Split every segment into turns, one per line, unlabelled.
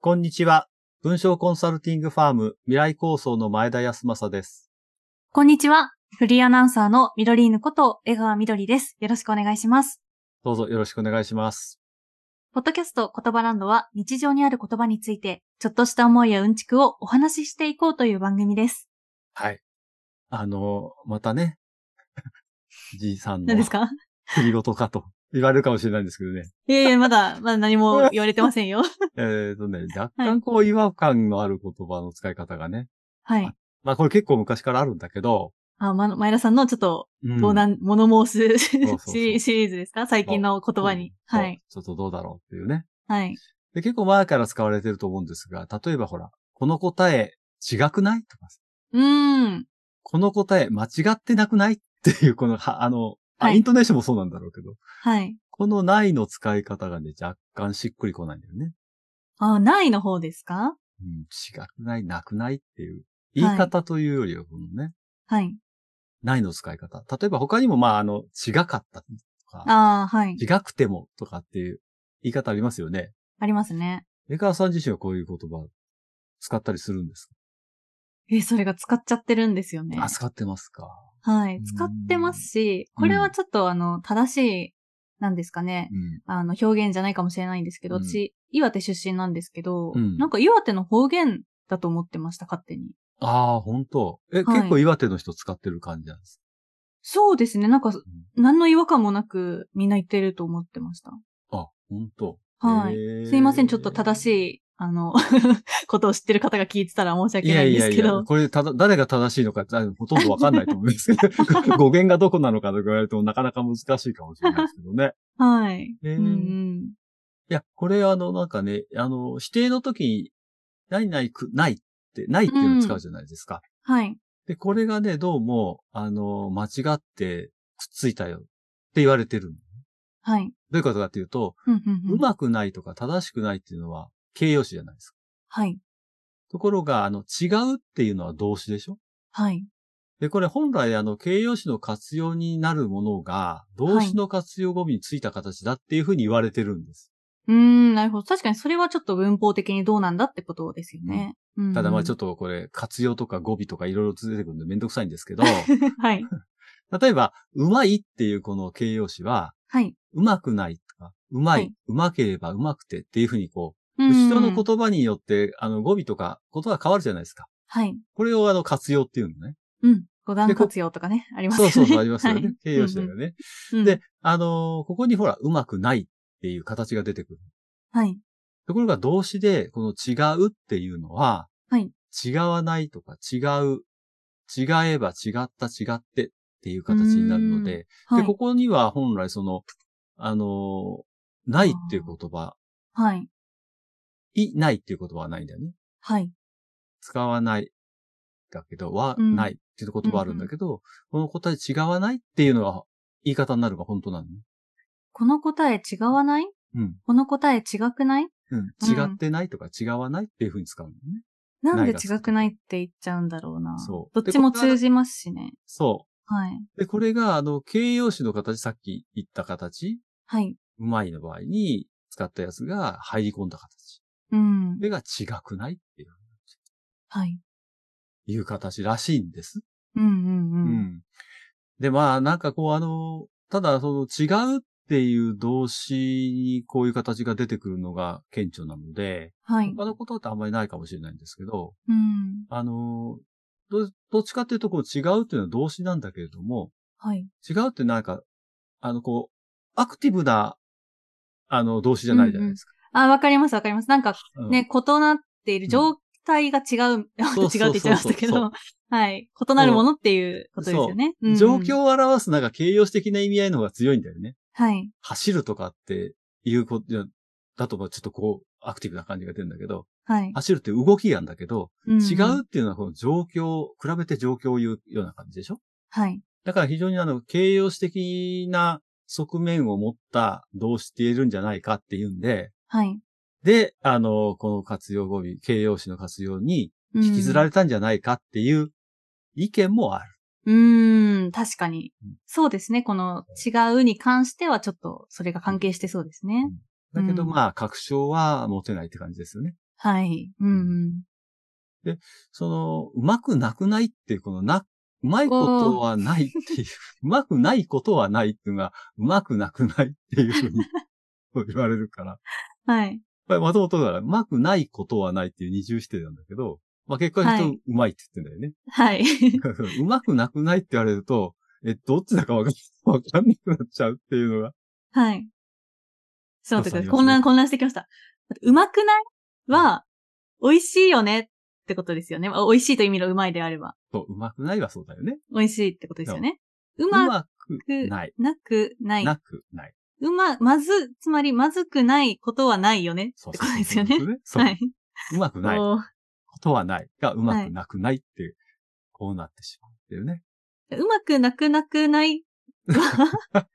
こんにちは。文章コンサルティングファーム未来構想の前田康政です。
こんにちは。フリーアナウンサーのミドリーヌこと江川みどりです。よろしくお願いします。
どうぞよろしくお願いします。
ポッドキャスト言葉ランドは日常にある言葉について、ちょっとした思いやうんちくをお話ししていこうという番組です。
はい。あの、またね、 じいさんの
何ですか
振り事かと言われるかもしれないんですけどね。
いやいや、まだ、まだ何 も言われてませんよ。
えっとね、若干こう違和感のある言葉の使い方がね。
はい。
まあこれ結構昔からあるんだけど。
あ、ま、前田さんのちょっと、
うん
どうなん、物申すシ
そうそう
リ シリーズですか最近の言葉に。
そう
はい。
ちょっとどうだろうっていうね。
はい。
で、結構前から使われてると思うんですが、例えばほら、この答え違くないとかさ
うーん。
この答え間違ってなくないっていう、この、はあの、あ
はい
イントネーションもそうなんだろうけど、
はい。
このないの使い方がね、若干しっくりこないんだよね。
あ、ないの方ですか
うん、違くない、なくないっていう。言い方というよりは、このね、
はい。
ないの使い方。例えば他にも、まあ、あの、違かったとか、
ああ、はい。
違くてもとかっていう言い方ありますよね。
ありますね。
江川さん自身はこういう言葉使ったりするんですか、
え、それが使っちゃってるんですよね。
あ、使ってますか。
は
う
い
ん。
使ってますし、これはちょっとあの、正しい、なんですかね
う。ん。
あの、表現じゃないかもしれないんですけど、
うん
私、岩手出身なんですけど、
うん
なんか岩手の方言だと思ってました、勝手に。
ああ、本当え、
はい
結構岩手の人使ってる感じなんです。
そうですね、なんか、何の違和感もなく、みんな言ってると思ってました。
あ、本当
はい
い
すいません、ちょっと正
い。
しい、あの、 ことを知ってる方が聞いてたら申し
い
訳な
やい
いんで
や
す
い
け
や、
ど。
これただ、誰が正しいのか、だほとんどわかんないと思いますけ ど、語源がどこなのかとか言われてもなかなか難しいかもしれないですけどね。
はい。
へー
うんうん。
いや、これあの、なんかね、あの、指定の時に、ないないく、ないって、ないっていうのを使うじゃないですか。
はい。
で、これがね、どうも、あの、間違ってくっついたよって言われてるの。ど
はい。
ういうことかっていうと、
うんうんう。
うんまくないとか正しくないっていうのは形容詞じゃないですか。
はい。
ところが、あの、違うっていうのは動詞でしょ
はい。
で、これ本来あの、形容詞の活用になるものが、動詞の活用語尾についた形だっていうふうに言われてるんです。
うーん、なるほど。確かにそれはちょっと文法的にどうなんだってことですよね。うん、
ただまあちょっ
っ
とこれ、活用とか語尾とかいろいろ出てくるんでめんどくさいんですけど、
と。 はい。
例えば、うまいっていうこの形容詞は、
はい。
うまくないとか、うまい、
はいう
まければうまくてっていうふうにこ
う
う、
ん
後ろの言葉によって、あの、語尾とか、ことが変わるじゃないですか。
はい。
これをあの、活用っていう のね。
うん。五段
でこ
活用とかね、あります
そう
よね。
そうそう、ありますよ
は
ね
い。
形容詞だよね。
うん
で、あのーここにほら、うまくないっていう形が出てくる。
はい。
ところが動詞で、この違うっていうのは、
はい
違わないとか、違う、違えば違った違ってっていう形になるので、
は
で、
い
こ。こには本来その、あのーないっていう言葉、
はい。
いないっていう言葉はないんだよね。
はい。
使わない。だけど、は、
うん
ないっていう言葉あるんだけど、この答え違わないっていうのが言い方になるが本当なのね。
この答え違わない
うん。
この答え違くない
うん。違ってないとか違わないっていうふうに使うのね。
なん
ない
で
が
違くないって言っちゃうんだろうな。
そう
どっちも通じますしね。
そ
はい。
う。で、これが、あの、形容詞の形、さっき言った形、
はい。
うまいの場合に使ったやつが入り込んだ形。
うん
こ。れが違くないっていう
はい。
いう形らしいんです。
うんう
う
んうん。
ん。で、まあ、なんかこう、あの、ただ、その、違うっていう動詞にこういう形が出てくるのが顕著なので、
はい。
他のことってあんまりないかもしれないんですけど、
うん。
あの、どどっちかっていうと、こう、違うっていうのは動詞なんだけれども、
はい。
違うってなんか、あの、こう、アクティブな、あの、動詞じゃないじゃないですか。
あ、わかりますわかります。なんか
うん
ね、異なっている状態が違う、
そうそうそうそう
違うって言っちゃいましたけど、 はい。異なるものっていうことですよね。うん
状況を表すなんか形容詞的な意味合いの方が強いんだよね。
はい。
走るとかっていうことだと、ちょっとこう、アクティブな感じが出るんだけど、
はい。
走るって動きなんだけど、
うん
違うっていうのはこの状況、比べて状況を言うような感じでしょ
はい。
だから非常にあの、形容詞的な側面を持った動詞って言えるんじゃないかっていうんで、
はい。
で、あの、この活用語尾、形容詞の活用に
うん
引きずられたんじゃないかっていう意見もある。
うーん、確かに
うん。
そうですね。この違うに関してはちょっとそれが関係してそうですね。
だけど、
うん
まあ、確証は持てないって感じですよね。
はい。うんうん。
その、うまくなくないって、このな、うまいことはないっていう、 うまくないことはないっていうのが、うまくなくないっていうふうにそう言われるから。
はい。
まあ、もともとだから、うまくないことはないっていう二重否定なんだけど、まあ結果
は
言う
い
と、うまいって言ってんだよね。
はい。
うまくなくないって言われると、え、どっちだかわかん わかんなくなっちゃうっていうのが。
はい。ちょっと待
そうそう
ってください。
そう
混乱、混乱してきました。うまくないは、美味しいよねってことですよね。あ美味しいという意味のうまいであれば。
そう、うまくないはそうだよね。
美味しいってことですよね。う
う
ま
まく
く
ない。
なくない。
なくない。
うま、まず、つまりまずくないことはないよねってことですよね。
そう。
はい。
うまくないこ
おー
とはないが、うまくなくないっていう、こうなってしまうっていうね。
うまくなくな くないは、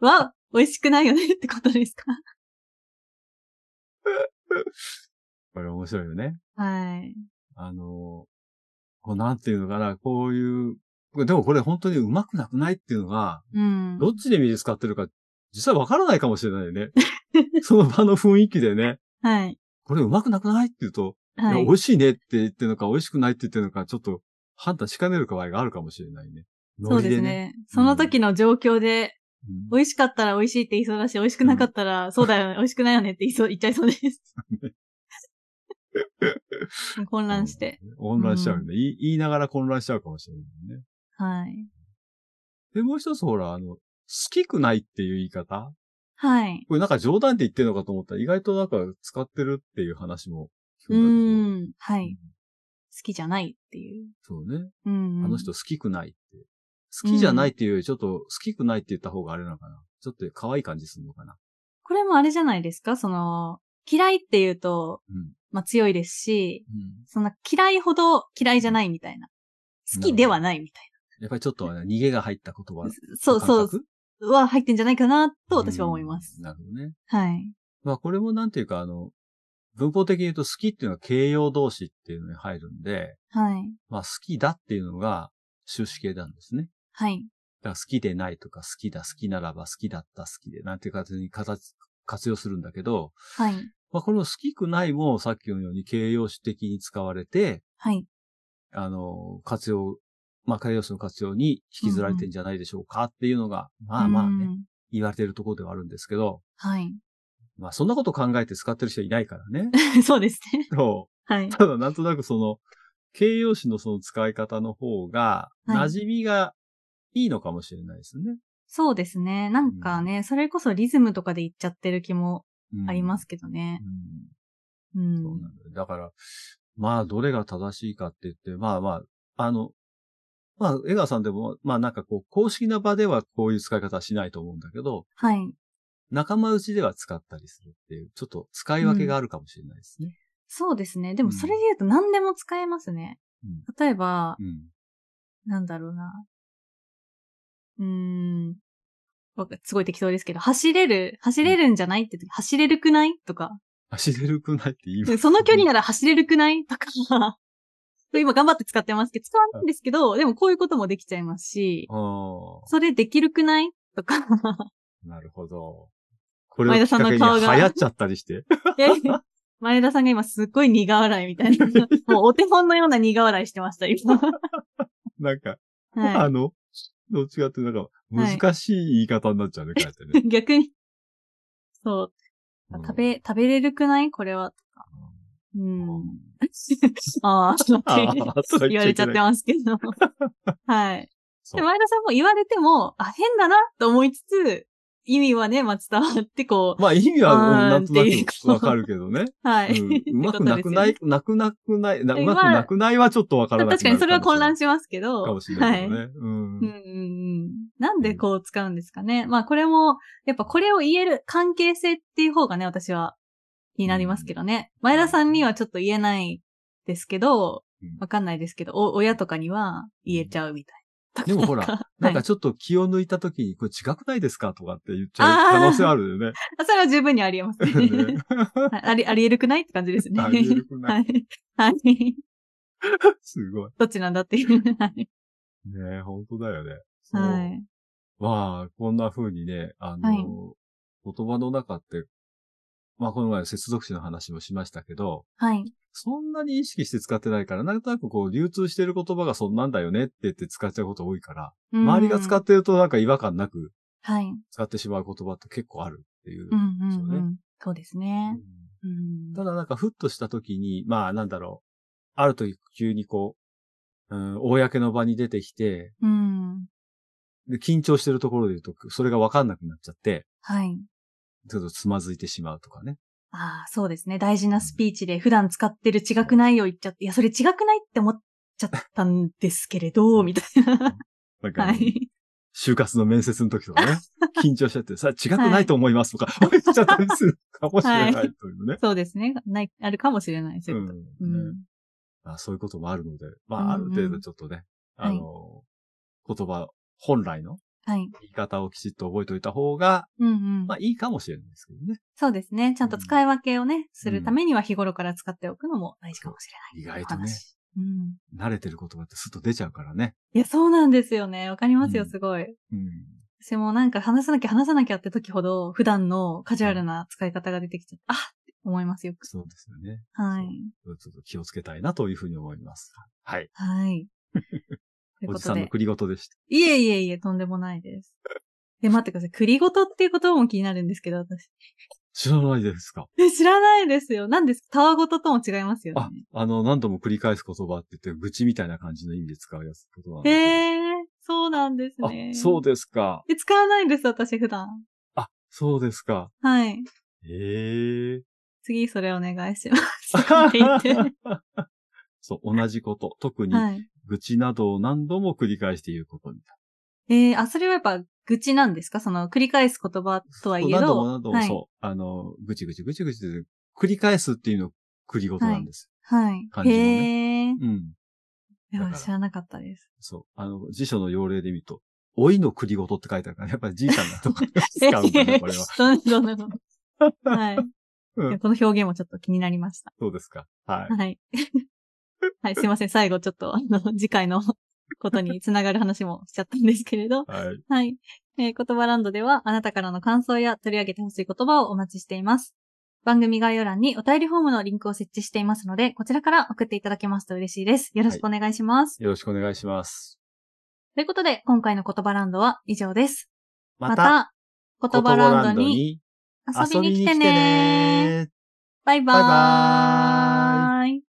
は美味しくないよねってことですか
これ面白いよね。
はい。
あの、こうなんていうのかな、こういう、でもこれ本当にうまくなくないっていうのが、
うん。
どっちで水使ってるか、実際わからないかもしれないよね。 その場の雰囲気でね、
はい。
これうまくなくないって言うと、い
は
や
い
美。味しいねって言ってるのか、美味しくないって言ってるのか、ちょっと判断しかねる場合があるかもしれないね。
そ
ノ
う
リ
です。ね。その時の状況で、
うん
美味しかったら美味しいって言いそうだし、美味しくなかったら、そうだよね、美味しくないよねって言いそう、言っちゃいそうです。 混乱して。。
混乱しちゃうよね、言い。言いながら混乱しちゃうかもしれないね。
はい。
で、もう一つほら、あの、好きくないっていう言い方
はい。
これなんか冗談で言ってるのかと思ったら、意外となんか使ってるっていう話も聞
う
くんだけど。
ーん。はい。好きじゃないっていう。
そうね。
うん。
あの人好きくないって。好きじゃないっていうより、ちょっと好きくないって言った方があれなのかな。ちょっと可愛い感じするのかな。
これもあれじゃないですかその、嫌いって言うと、
うん。
まあ強いですし、
うん、
そんな嫌いほど嫌いじゃないみたいな。好きではないみたい
やっぱりちょっとね、逃げが入った言葉
な。。そうそ
感
う
覚。
は入ってんじゃないかな、と私は思います
うん。なるほどね。
はい。
まあこれもなんていうか、あの、文法的に言うと好きっていうのは形容動詞っていうのに入るんで、
はい。
まあ好きだっていうのが終止形なんですね。
はい。
だから好きでないとか好きだ、好きならば好きだった、好きで、なんていう形に形活用するんだけど、
はい。
まあこの好きくないもさっきのように形容詞的に使われて、
はい。
あの、活用、まあ形容詞の活用に引きずられてんじゃないでしょうかっていうのが、まあまあ
う
ね、
ん。
言われてるところではあるんですけど、
はい。
まあそんなこと考えて使ってる人いないから ね。
そうですね。
そ
はい。
う。ただなんとなくその、形容詞のその使い方の方が、
は
馴
い
染みがいいのかもしれないですね。
そうですね。なんかね、それこそリズムとかで言っちゃってる気も
うん
ありますけどね。う。
うんそうんなんだよ。だから、まあどれが正しいかって言って、まあまあ、あの、まあ江川さんでも、まあなんかこう、公式な場ではこういう使い方はしないと思うんだけど、
はい。
仲間内では使ったりするっていう、ちょっと使い分けがあるかもしれないですね。
そうですね。で
う
も
ん
それで言うと何でも使えますね。
うん
例えば、
うん。
なんだろうな。うーん。わかすごい適当ですけど、走れる、走れるんじゃないって時、走れるくないとか。
走れるくないって言います、
その距離なら走れるくない とか。今頑張って使ってますけど、使わないんですけど、でもこういうこともできちゃいますし、
ああ。
それできるくないと か。
なるほど。これを
前
き
田
っ
さ
かけに
んの
流
顔が
行っちゃったりして。
いやいや前田さんが今すっごい苦笑いみた いな。もうお手本のような苦笑いしてました、今。
なんか、
は
あの、どっちかっていうとなんか、難しい言い方になっちゃうね、こうやって ね。
い。 逆に。そ
う
う。
ん
食、べ、食べれるくないこれは。とか。う。
うんん
ああ、とか
あー それ
言われちゃってますけど。はい。
そう
で、前田さんも言われても、あ、変だなと思いつつ、意味はね、まあ、伝わってこ
まあ意味はうん
あー
なんとな
っていう
くわかるけどね。
う、 は
う
い。
んうまくなくな
っ
い
て、
なくなくない、なう
え
まくなくないはちょっとわか
こと
ら
ですよね
ない。
確かにそれは混乱
し
しますけど。
かもしれないけど
は
ね。うん
うんうんうんなんでこう使うんですかね。まあこれも、やっぱこれを言える関係性っていう方がね、私は気になりますけどね。前田さんにはちょっと言えないですけど
うん、
わかんないですけど、お親とかには言えちゃうみたい
で
な。
もほら
なんか、
なん
は
か
い
ちょっと気を抜いた時に、これ違くないですかとかって言っちゃう可能性あるよ ね。
あそれは十分にあり得ますね。
ね
はいあり、あり得るくないって感じですね。
ありえるくない
はい。はい。
すごい。
どっちなんだっていう。はい。
ねえ、本当だよね。そう
はい。
まあ、こんな風にね、あの、
はい
言葉の中って、まあこの前接続詞の話もしましたけど、
はい。
そんなに意識して使ってないから、なんとなくこう流通してる言葉がそんなんだよねって言って使っちゃうこと多いから、周りが使
っ
ってるとなんか違和感なく
はい。
使ってしまう言葉って結構あるっていう。
うんう
そうん
う
ね
ん。そうですね。うん。
ただなんかふっとした時に、まあなんだろう。ある時急にこう、うん、公の場に出てきて、
うん。
で緊張してるところで言うと、それがわかんなくなっちゃって、
はい。
ちょっとつまずいてしまうとかね。
ああ、そうですね。大事なスピーチで普段使ってる違くないを言っちゃって、いや、それ違くないって思っちゃったんですけれど、みたいな。
なんか、
はい。
就活の面接の時とか ね、緊張しちゃって、さ、違くないと思いますとか、言っちゃったりするかもしれないというね。
そうですね。ない、あるかもしれない、そううい
ん
うこと。うん。
まあ、そういうこともあるので、ま
うんうん
あ、ある程度ちょっとね、あの、言葉、本来の
はい。
言い方をきちっと覚えておいた方が、
うんうん
ま。あ、いいかもしれないですけどね。
そうですね。ちゃんと使い分けをね、するためには日頃から使っておくのも大事かもし
意
れない。
外とね、
お話。うん。
慣れてる言葉ってすっと出ちゃうからね。
いや、そうなんですよね。わかりますよ、
うん
すごい。
うん。
私もなんか話さなきゃ話さなきゃって時ほど、普段のカジュアルな使い方が出てきちゃって、あっって思いますよく。
そうですよね。
はい。
ちょっと気をつけたいなというふうに思います。はい。
はい。という
お
こ
じさ
と
んの
で。
栗ごとでした。
いえいえいえ、とんでもないです。で、待ってください。栗ごとっていう言葉も気になるんですけど、私。
知らないですか
え知らないですよ。なんですたわごととも違いますよね
あ。、あの、何度も繰り返す言葉って言って、愚痴みたいな感じの意味で使うやつ、ことなんですけ
へえー、そうなんです
ど
ね。
あ、そうですか。
え使わないんです、私普段。
あ、そうですか。
はい。
ええ
次、それお願い します。って言って。
そう、同じこと。特に、
はい。
愚痴などを何度も繰り返して言うことみたい
えー、あ、それはやっぱ愚痴なんですかその、繰り返す言葉とは
な。
いえ
何度
ど。
も何度も、
はい、
そう、あの、ぐちぐちぐちぐちで、繰り返すっていうのを繰りごとなんです。
はい。
感じも
へえ。
うん。
いや
だから
知らなかったです。
そう。あの、辞書の要例で見ると、老いの繰りごとって書いてあるから、やっぱりじいさんだとか使うんだね、これ は。
は。どんなこと。はい。
うん
いやこの表現もちょっと気になりました。
そうですか。はい。
はい。 はい、すいません。最後ちょっと、あの、次回のことにつながる話もしちゃったんですけれど。
はい。
はい。えー言葉ランドではあなたからの感想や取り上げてほしい言葉をお待ちしています。番組概要欄にお便りフォームのリンクを設置していますので、こちらから送っていただけますと嬉しいです。よろしくお願いします。
よろしくお願いします。
ということで、今回の言葉ランドは以上です。
ま
ま
た、
た、言葉ランドに
に
遊びに来てね
ー。
バイバ
バイバ
ーイ